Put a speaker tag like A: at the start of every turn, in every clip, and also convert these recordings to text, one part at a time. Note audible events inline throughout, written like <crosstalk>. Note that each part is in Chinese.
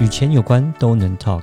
A: 与钱有关都能 talk。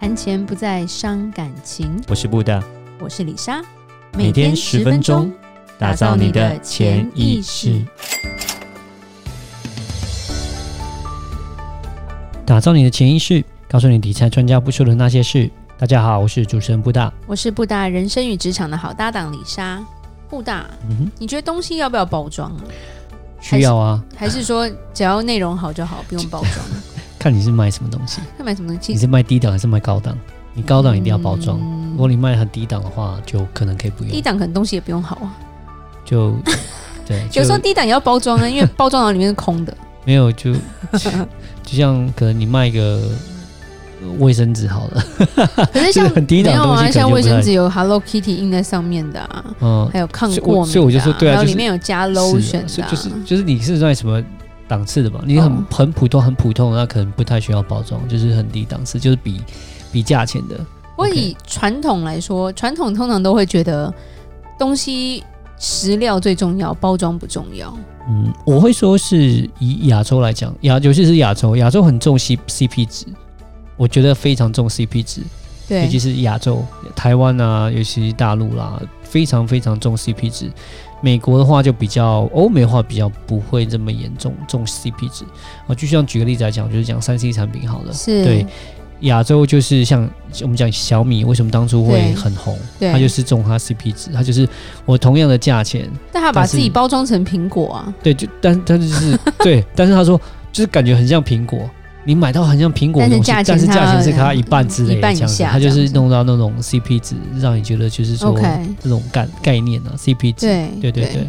B: 谈钱不再伤感情。
A: 我是布大，
B: 我是李莎，
A: 每天十分钟，打造你的潜意识，打造你的潜意识，告诉你理财专家不说的那些事。大家好，我是主持人布大。
B: 我是布大人生与职场的好搭档李莎。布大，
A: 嗯哼，
B: 你觉得东西要不要包装啊？
A: 需要啊，
B: 还是说只要内容好就好，不用包
A: <laughs>
B: 装？
A: 看你是卖什么东西，
B: 要买什么东西？
A: 你是卖低档还是卖高档？你高档一定要包装，
B: 嗯
A: 如果你卖很低档的话，就可能可以不
B: 低
A: 用，
B: 档可能东西也不用好啊， <laughs>
A: 就对， <laughs> 就
B: 有时候低档也要包装啊，因为包装到里面是空的。
A: 没有就 <laughs> 就像可能你卖一个呃卫生纸好了，
B: 可是像
A: <laughs> 就是很低
B: 没
A: 档的
B: 有
A: 东西
B: 啊，
A: 可能
B: 像
A: 就不
B: 卫生
A: 太
B: 纸有 Hello Kitty 印在上面的啊，
A: 嗯，
B: 还有抗
A: 所以我
B: 过敏的啊、
A: 所以我就说对啊
B: 还有
A: 就是
B: 里面有加
A: 是
B: lotion
A: 啊
B: 的、啊
A: 就是就是你是在什么档次的吧？你很、
B: 哦
A: 很普通很普通，那可能不太需要包装，就是很低档次，就是比比价钱的。
B: 我
A: OK
B: 以传统来说，传统通常都会觉得东西食料最重要，包装不重要。
A: 嗯，我会说是以亚洲来讲，亚尤其是亚洲，亚洲很重 C CP 值，我觉得非常重 CP 值，尤
B: 对
A: 其，是亚洲、台湾啊，尤其是大陆啦、非常非常重 CP 值。美国的话就比较，欧美的话比较不会这么严重重 CP 值啊。就像举个例子来讲，就是讲三 C 产品好了，
B: 是，
A: 对亚洲就是像我们讲小米，为什么当初会
B: 对
A: 很红？
B: 对
A: 它就是中它 CP 值，它就是我同样的价钱，
B: 但他把
A: 但是
B: 自己包装成苹果啊，
A: 对，就但但就是对，但是他说就是感觉很像苹果，你买到很像苹果的东西，
B: 但是价钱
A: 但是价钱是
B: 它
A: 它一半之类的
B: 一半以
A: 这样子，
B: 下
A: 它就
B: 这
A: 是
B: 样子
A: 弄到那种 CP 值，让你觉得就是说
B: OK
A: 这种概概念啊 CP 值，
B: 对
A: 对对对。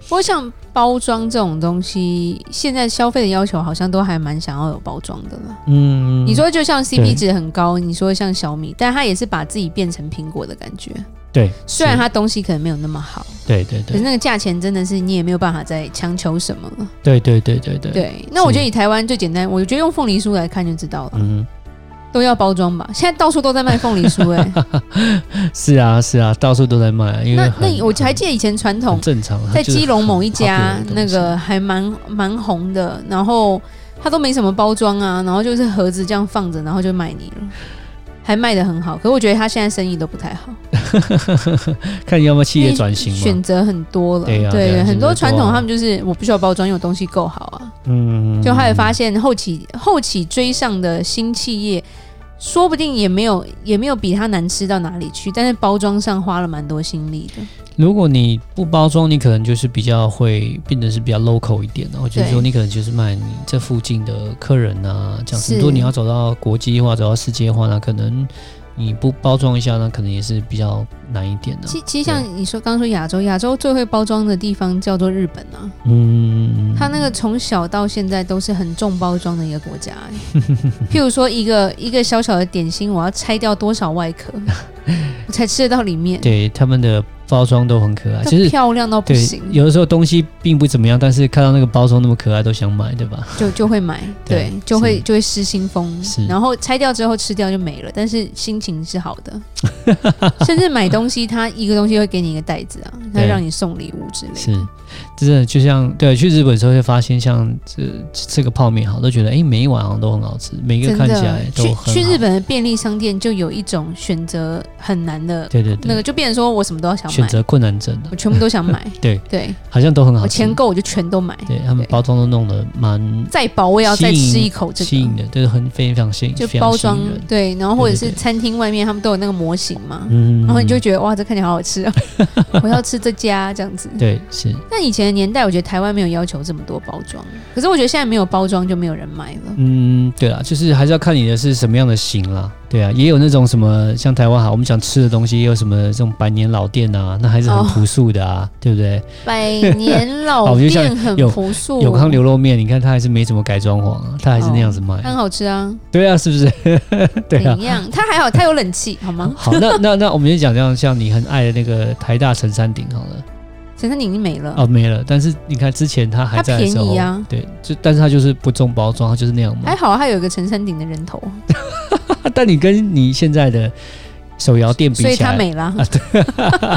B: 不过像包装这种东西，现在消费的要求好像都还蛮想要有包装的了。
A: 嗯，
B: 你说就像 CP
A: 对
B: 值很高，你说像小米，但它也是把自己变成苹果的感觉。
A: 对，
B: 虽然
A: 是
B: 它东西可能没有那么好，
A: 对对
B: 可是
A: 对
B: 那个价钱真的是你也没有办法再强求什么了。
A: 对对对对对，
B: 对，那我觉得以台湾最简单，我觉得用凤梨酥来看就知道了，
A: 嗯，
B: 都要包装吧。现在到处都在卖凤梨酥、欸，哎，
A: 是啊是啊，到处都在卖啊， <laughs> 因为
B: 那
A: 很
B: 那我还记得以前传
A: 很
B: 统
A: 正常，它
B: 在
A: 就是
B: 基隆
A: 很
B: 某一
A: popular
B: 家
A: 的东
B: 那
A: 西
B: 个还蛮蛮红的，然后它都没什么包装啊，然后就是盒子这样放着，然后就卖你了，还卖的很好。可我觉得他现在生意都不太好，
A: <laughs> 看你要不要企
B: 因
A: 业
B: 为
A: 转型嘛
B: 哎选。择很多了，
A: 对啊对啊
B: 很多
A: 选择
B: 传
A: 多
B: 统
A: 啊
B: 他们就是我不需要包装，因为我东西够好啊。
A: 嗯，
B: 就后来发现后起后起追上的新企业，说不定也没有也没有比它难吃到哪里去，但是包装上花了蛮多心力的。
A: 如果你不包装，你可能就是比较会变得是比较 local 一点的。我觉得
B: 对
A: 说你可能就是卖你这附近的客人啊，这样子。
B: 是
A: 如果你要走到国际化、走到世界化，那可能你不包装一下，那可能也是比较难一点啊的、
B: 其其实像你说刚说亚洲，亚洲最会包装的地方叫做日本啊，
A: 嗯，
B: 它那个从小到现在都是很重包装的一个国家、欸 <laughs> 譬如说一个一个小小的点心，我要拆掉多少
A: <laughs>
B: 外壳，我才吃得到里面，
A: 对他们的包装都很可爱，
B: 它
A: 就是。
B: 漂亮到不
A: 对
B: 行，，
A: 有的时候东西并不怎么样，但是看到那个包装那么可爱，都想买，对吧？
B: 就就会买，
A: 对
B: 对，就会
A: 是
B: 就会失心疯
A: 是，
B: 然后拆掉之后吃掉就没了，但是心情是好
A: <laughs>
B: 的，甚至买东西，它一个东西会给你一个袋子啊，它
A: 对
B: 让你送礼物之类的，
A: 是，真的就像对，去日本的时候会发现，像这这个泡面好，都觉得哎、诶每一碗好像都很好吃，每一个
B: 真
A: 看起
B: 的
A: 来，都
B: 去
A: 很好。
B: 去日本的便利商店就有一种选择很难的，
A: 对对对，
B: 那个就变成说我什么都要想
A: 选
B: 买，
A: 择困难症的，
B: 我，全部都想买
A: <laughs> 对
B: 对，
A: 好像都很好
B: 我
A: 吃。
B: 钱够我就全都买，
A: 对他们
B: 对
A: 包装都弄得蛮
B: 再薄我也要再吃一口这
A: 吸
B: 个
A: 引，的，就是很非常吸引，
B: 就
A: 非常吸
B: 包
A: 引
B: 装
A: 人
B: 对，然后或者
A: 对
B: 是
A: 对对
B: 餐厅外面他们都有那个模型嘛，
A: 嗯，
B: 然后你就觉得哇，这看起来好好吃啊， <laughs> 我要吃这家这样子。
A: 对是
B: 但以前的年代，我觉得台湾没有要求这么多包装，可是我觉得现在没有包装就没有人买了。
A: 嗯对啦，就是还是要看你的是什么样的型啦，对啊，也有那种什么像台湾好，我们讲吃的东西，也有什么这种百年老店啊，那还是很
B: 哦
A: 朴素的啊，对不对？
B: 百
A: <laughs>
B: 年老
A: 哦就像
B: 店很
A: 有
B: 朴素，
A: 永康牛肉面，你看它还是没怎么改装潢啊，它还是那样子卖，
B: 很好吃啊，
A: 对啊，是不是？ <laughs> 对啊
B: 怎。样？它还好，它有
A: <laughs>
B: 冷气好吗？
A: 好，那那那我们就讲这样，像你很爱的那个台大陈山顶好了。
B: 陈山顶已经没了，
A: 哦，没了。但是你看之前他还
B: 它
A: 在的时候，
B: 嗯便宜啊哎
A: 对，就但是他哦就是不重包装，他就是那样啊
B: 还
A: 嘛。
B: 好它有一个陈山顶的人头，
A: 但你跟你现在的手摇店比
B: 所以
A: 起
B: 它
A: 来，啊
B: 美啦。
A: <laughs>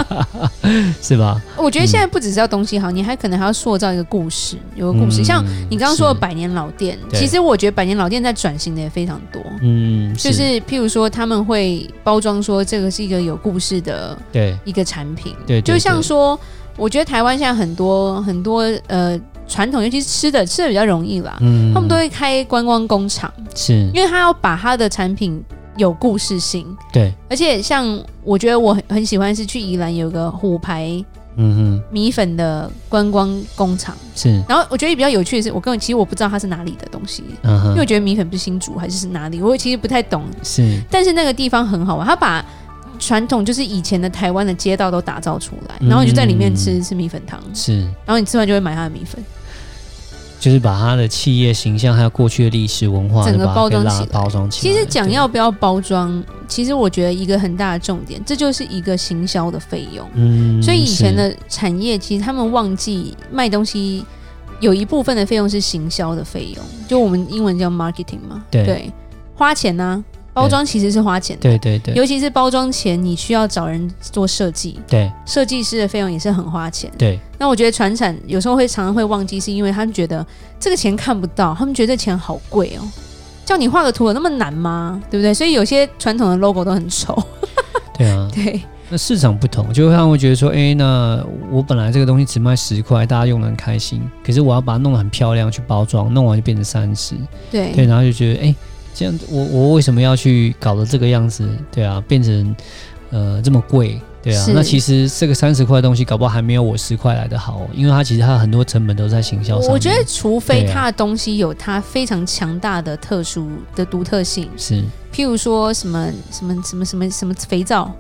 A: 是吧？
B: 我觉得现在不只是要东西好，你还可能还要塑造一个故事，有个故事。
A: 嗯
B: 像你刚刚说的
A: 是
B: 百年老店，
A: 对
B: 其实我觉得百年老店在转型的也非常多。
A: 嗯，
B: 就是譬如说，他们会包装说这个是一个有故事的
A: 对
B: 一个产品，
A: 对对
B: 就像
A: 对
B: 说，我觉得台湾现在很多很多呃传统，尤其是吃的，吃的比较容易啦，
A: 嗯
B: 他们都会开观光工厂，
A: 是
B: 因为他要把他的产品有故事性，
A: 对，
B: 而且像我觉得我很很喜欢是去宜兰有个虎牌
A: 嗯
B: 米粉的观光工厂，
A: 哼，是，
B: 然后我觉得比较有趣的是，我根本其实我不知道它是哪里的东西，
A: 嗯
B: 因为我
A: 哼，
B: 觉得米粉不是新竹还是是哪里，我其实不太懂，
A: 是，
B: 但是那个地方很好玩，他把传统就是以前的台湾的街道都打造出来，
A: 嗯
B: 然后你就在里面吃吃米粉汤，
A: 是，
B: 然后你吃完就会买他的米
A: 嗯
B: 粉，
A: 就是把他的企业形象还有过去的历史文化，
B: 整
A: 就
B: 个
A: 把它
B: 包
A: 给
B: 装
A: 拉
B: 起来
A: 包装起
B: 其
A: 来。
B: 实讲
A: 对，
B: 要不要包装，其实我觉得一个很大的重点，这就是一个行销的费用。
A: 嗯，
B: 所以以前
A: 是
B: 的产业其实他们忘记卖东西，有一部分的费用是行销的费用，就我们英文叫 marketing 嘛，
A: 对
B: 花钱呐、包装其实是花钱的，
A: 对对对
B: 尤其是包装前你需要找人做设计，
A: 对
B: 设计师的费用也是很花钱。
A: 对，
B: 那我觉得传产有时候会常常会忘记，是因为他们觉得这个钱看不到，他们觉得这钱好贵哦。叫你画个图有那么难吗？对不对？所以有些传统的 logo 都很丑。 <laughs>
A: 对啊，
B: 对，
A: 那市场不同，就会让我觉得说，哎、那我本来这个东西只卖十块，大家用的很开心，可是我要把它弄得很漂亮去包装，弄完就变成三十，
B: 对，
A: 对，然后就觉得，哎、这样我我为什么要去搞得这个样子？对啊，变成呃这么贵，对啊
B: 是，
A: 那其实这个三十块的东西，搞不好还没有我十块来的好哦，因为它其实它很多成本都在行销上面。
B: 我觉得，除非
A: 对啊
B: 它的东西有它非常强大的特殊的独特性，
A: 是，
B: 譬如说什么什么什么什么什么肥皂，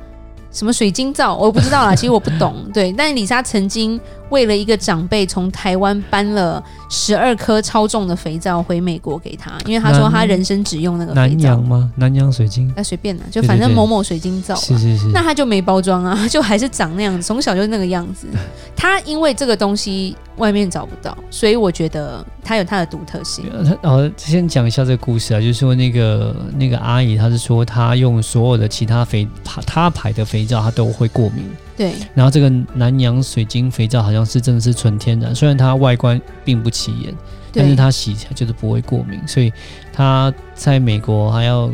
B: 什么水晶皂，我不
A: <laughs>
B: 知道啦，其实我不懂。对，但李莎曾经为了一个长辈从台湾搬了十二颗超重的肥皂回美国给他，因为他说
A: 南
B: 他人生只用那个呃肥
A: 南
B: 皂
A: 洋。吗？南洋水晶，
B: 那随便啦，
A: 对
B: 就
A: 对
B: 反正
A: 对
B: 某某水晶皂啊。
A: 是是是，
B: 那他就没包装啊，就还是长那样子，从小就是那个样
A: <laughs>
B: 子。他因为这个东西外面找不到，所以我觉得他有他的独特性。
A: 呃他哦，先讲一下这个故事啊，就是说那个那个阿姨，她是说她用所有的其他肥她她牌的肥皂，她都会过敏。
B: 对，
A: 然后这个南洋水晶肥皂好像是真的是纯天然，虽然它外观并不起眼，但是
B: 对，
A: 它洗起来就是不会过敏，所以她在美国还要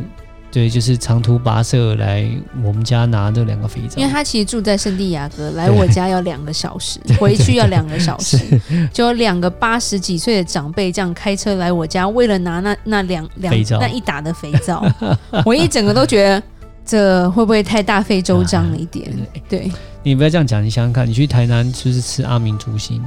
A: 对，就是长途跋涉来我们家拿这两个肥皂
B: 因为，他其实住在圣地亚哥，来
A: 对
B: 我家要两个小
A: <laughs>
B: 时，回去要两个小时，就有两个八十几岁的长辈这样开车来我家，为了拿那那两两
A: 肥皂
B: 那一打的肥
A: <laughs>
B: 皂，我一整个都觉得这会不会太大费周章了一
A: 啊
B: 点？对
A: <laughs> 你不要这样讲，你想想看，你去台南就是吃阿明猪心，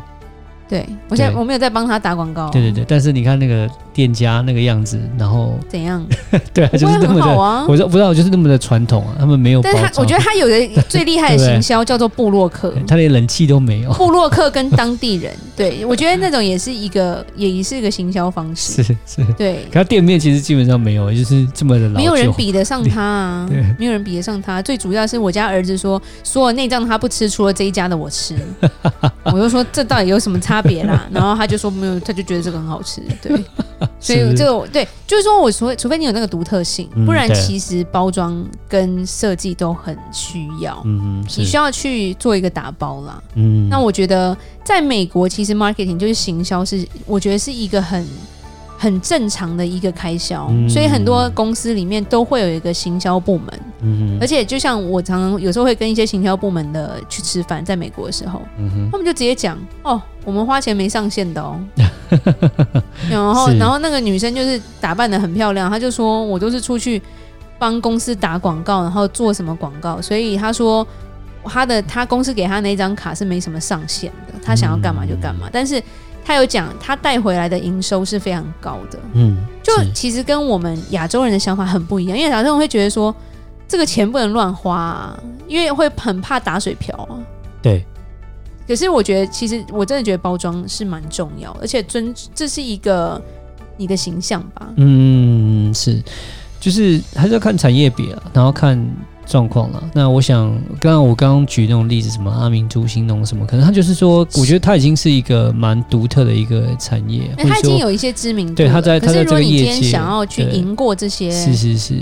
B: 对，我现在
A: 对
B: 我没有在帮他打广告，
A: 对对，对，但是你看那个店家那个样子，然后 <laughs>
B: 怎样？
A: 对啊，
B: 不
A: 就
B: 会
A: 是那
B: 很
A: 么
B: 好
A: 的。
B: 啊。
A: 我说不知道，就是那么的传统啊，他们没有包
B: 但是他，
A: 装，
B: 我觉得他有的最厉害的
A: <laughs> 对不对
B: 行销叫做布洛克，
A: <laughs> 他连冷气都没有， <laughs>
B: 布洛克跟当地人，对我觉得那种也是一个，也是一个行销方式
A: 是，是。
B: 对，
A: 可他店面其实基本上没有，就是这么的老旧，
B: 没有人比得上他啊
A: <laughs> 对，
B: 没有人比得上他。最主要是我家儿子说，所有内脏他不吃，除了这一家的我
A: <laughs>
B: 吃。我就说这到底有什么差别啦？然后他就说没有，他就觉得这个很好吃。
A: <laughs>
B: 对，所以
A: 是
B: 这个我对，就是说我除非除非你有那个独特性，
A: 嗯
B: 不然
A: 对
B: 其实包装跟设计都很需要，
A: 嗯
B: 你需
A: 是
B: 要去做一个打包啦。
A: 嗯，
B: 那我觉得在美国，其实 marketing 就是行销是，我觉得是一个很很正常的一个开销，
A: 嗯
B: 所以很多公司里面都会有一个行销部门，
A: 嗯
B: 而
A: 哼
B: 且就像我常常有时候会跟一些行销部门的去吃饭，在美国的时候，
A: 嗯
B: 他们就直接讲哦，我们花钱没上限的哦，然后
A: 是
B: 然后那个女生就是打扮的很漂亮，她就说我都是出去帮公司打广告，然后做什么广告，所以她说她的她公司给她那张卡是没什么上限的，她想要干嘛就干嘛，但是她有讲她带回来的营收是非常高的，
A: 哼嗯，
B: 就是其实跟我们亚洲人的想法很不一样，因为亚洲人会觉得说这个钱不能乱花、啊，因为会很怕打水漂啊。
A: 对，
B: 可是我觉得，其实我真的觉得包装是蛮重要，而且尊这是一个你的形象吧。
A: 嗯是，就是还是要看产业比啊，然后看状况啦。那我想，刚刚我刚刚举那种例子，什么阿明珠、新农什么，可能他就是说，我觉得它已经是一个蛮独特的一个产业，
B: 因为
A: 或
B: 哎他
A: 者
B: 已经
A: 说
B: 有一些知名度了，
A: 对他在
B: 可是如
A: 他
B: 果
A: 在这个
B: 你今
A: 业界
B: 天想要去
A: 对
B: 赢过这些，
A: 是是是，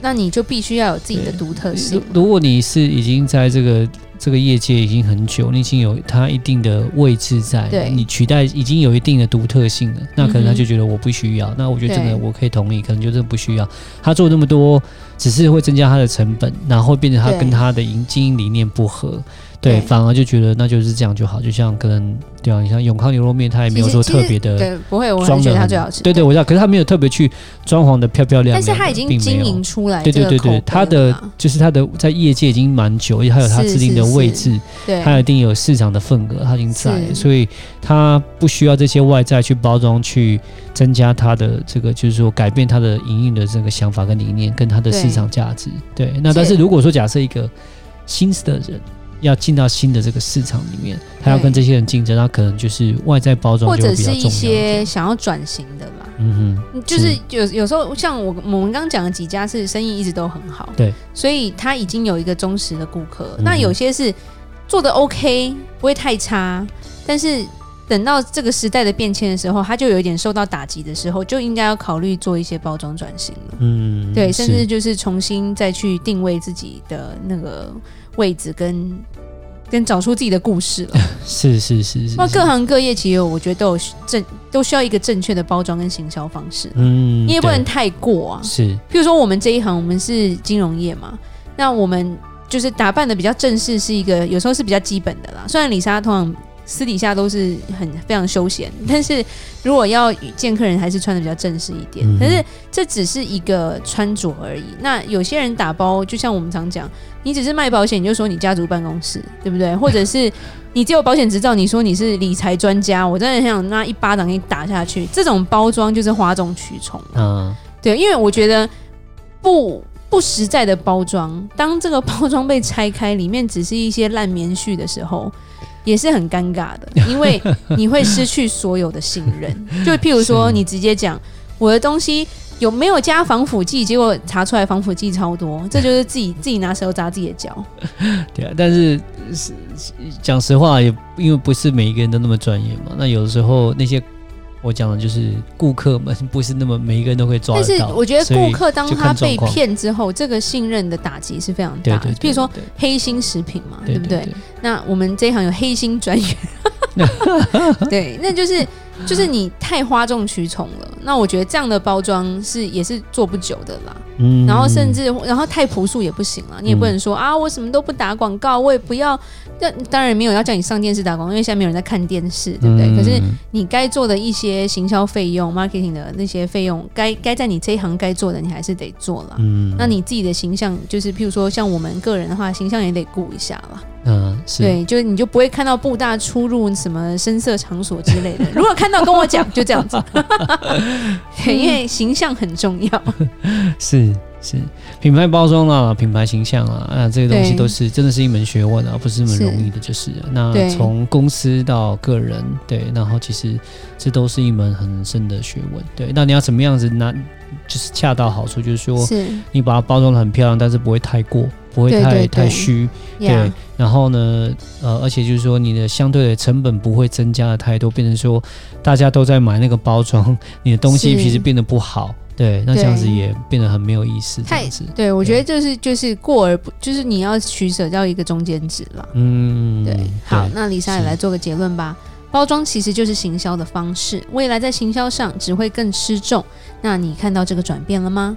B: 那你就必须要有自己的独特性
A: 如。如果你是已经在这个这个业界已经很久，你已经有它一定的位置在，
B: 对
A: 你取代已经有一定的独特性了，那可能他
B: 嗯哼
A: 就觉得我不需要。那我觉得这
B: 对
A: 个我可以同意，可能就真的不需要。他做那么多，只是会增加他的成本，然后变成他
B: 对
A: 跟他的营经营理念不合。对，
B: 对
A: 反而就觉得那就是这样就好，就像可能对啊，你像永康牛肉面，它也没有
B: 其实
A: 说
B: 其
A: 特
B: 实
A: 别的
B: 对，不会，我还
A: 装
B: 是觉
A: 的
B: 得它
A: 很
B: 最好吃。
A: 对对，我知道，可是他没有特别去装潢的漂漂亮亮
B: 但
A: 的，
B: 是它已经
A: 并没有
B: 经营出来
A: 对
B: 这
A: 对
B: 个
A: 对
B: 口碑
A: 对，它的
B: 了嘛
A: 就是它的在业界已经蛮久，而且还有它
B: 是
A: 制定的
B: 是
A: 位
B: 是
A: 置，
B: 对
A: 它一定有市场的份额，它已经在了，
B: 是
A: 所以它不需要这些外在去包装，去增加它的这个，就是说改变它的营运的这个想法跟理念，跟它的
B: 对
A: 市场价值。对，那
B: 是
A: 但是如果说假设一个新的人。要进到新的这个市场里面，他要
B: 对
A: 跟这些人竞争，他可能就是外在包装
B: 或
A: 就会
B: 者
A: 比较重要
B: 是一
A: 一点。
B: 些想要转型的啦。
A: 嗯哼，
B: 就是
A: 是
B: 有有时候像我我们刚刚讲的几家是生意一直都很好，
A: 对，
B: 所以他已经有一个忠实的顾客。
A: 嗯
B: 那有些是做的 OK，不会太差，但是等到这个时代的变迁的时候，他就有一点受到打击的时候，就应该要考虑做一些包装转型了。
A: 嗯，
B: 对，
A: 是
B: 甚至就是重新再去定位自己的那个位置跟。跟找出自己的故事了。
A: <laughs> 是是是是，
B: 那
A: 是
B: 各行各业其实我觉得都有正都需要一个正确的包装跟行销方式。
A: 嗯，
B: 你也不能
A: 对
B: 太过啊。
A: 是
B: 譬如说，我们这一行我们是金融业嘛，那我们就是打扮的比较正式，是一个有时候是比较基本的啦。虽然李莎通常私底下都是很非常休闲，但是如果要见客人，还是穿的比较正式一点。
A: 嗯哼
B: 但是这只是一个穿着而已。那有些人打包，就像我们常讲，你只是卖保险，你就说你家族办公室，对不
A: <laughs>
B: 对？或者是你只有保险执照，你说你是理财专家，我真的很想拿一巴掌给你打下去。这种包装就是哗众取宠啊。
A: 啊，
B: 对，因为我觉得不不实在的包装，当这个包装被拆开，里面只是一些烂棉絮的时候，也是很尴尬
A: <laughs>
B: 的，因为你会失去所有的信任。就譬如说，
A: 是
B: 你直接讲我的东西。有没有加防腐剂？结果查出来防腐剂超多，这就是自己自己拿手扎自己的脚。
A: 对啊，但是是是讲实话也，因为不是每一个人都那么专业嘛，那有的时候那些我讲的就是顾客们不是那么每一个人都可以抓
B: 但
A: 得
B: 是
A: 到，
B: 我觉得
A: 啊所
B: 顾
A: 以
B: 客当
A: 就
B: 他
A: 看状
B: 被
A: 况
B: 骗之后，这个信任的打击是非常大
A: 对
B: 的。
A: 对，
B: 譬如说
A: 对
B: 黑心食品嘛，
A: 对
B: 不
A: 对
B: 对？那我们这一行有黑心专
A: <laughs>
B: 员，对，那就是就是你太哗众取宠了。那我觉得这样的包装是也是做不久的啦。
A: 嗯
B: 然后甚至然后太朴素也不行了，你也不能说、啊我什么都不打广告，我也不要。那当然没有要叫你上电视打广告，因为现在没有人在看电视，对不对？可是
A: 嗯
B: 你该做的一些行销费用、marketing 的那些费用，该该在你这一行该做的，你还是得做啦。
A: 嗯
B: 那你自己的形象，就是譬如说像我们个人的话，形象也得顾一下啦。
A: 嗯是
B: 对，就是你就不会看到布大出入什么深色场所之 <laughs> 类的。如果看到，跟我讲，就这样 <laughs> 子。对，因为形象很重要。
A: 是是品牌包装啦，品牌形象啊，啊这些东西
B: 对
A: 都是真的是一门学问啊，不是那么
B: 是
A: 容易的，就是了那
B: 对
A: 从公司到个人，对，然后其实这都是一门很深的学问，对。那你要怎么样子拿，就是恰到好处，就是说
B: 是
A: 你把它包装的很漂亮，但是不会太过，不会
B: 对
A: 太
B: 对
A: 太
B: 对
A: 虚，
B: 呀，
A: 然后呢，呃，而且就是说你的相对的成本不会增加的太多，变成说大家都在买那个包装，你的东西
B: 是
A: 其实变得不好， <laughs> 对，那这样子
B: 对
A: 也变得很没有意思，这
B: 太
A: 样子。
B: 对我觉得就是就是过而不，就是你要取舍掉一个中间值啦。
A: 嗯，
B: 对，好，那李莎也
A: 是
B: 来做个结论吧。包装其实就是行销的方式，未来在行销上只会更吃重。那你看到这个转变了吗？